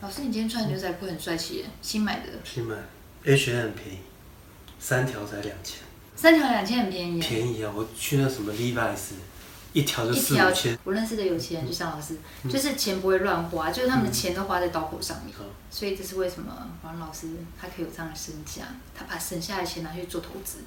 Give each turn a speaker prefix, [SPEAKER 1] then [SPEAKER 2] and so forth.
[SPEAKER 1] 老师，你今天穿牛仔裤很帅气耶，新买的，
[SPEAKER 2] 新买，H 很便宜，三条才两千，
[SPEAKER 1] 三条两千很便宜耶，
[SPEAKER 2] 便宜啊！我去那什么 Levi's，一条就
[SPEAKER 1] 一
[SPEAKER 2] 四
[SPEAKER 1] 条
[SPEAKER 2] 五千。。
[SPEAKER 1] 我认识的有钱人，就像老师，就是钱不会乱花，就是他们的钱都花在刀口上面。
[SPEAKER 2] 嗯
[SPEAKER 1] 所以这是为什么王老师他可以有这样的身价，他把省下来的钱拿去做投资。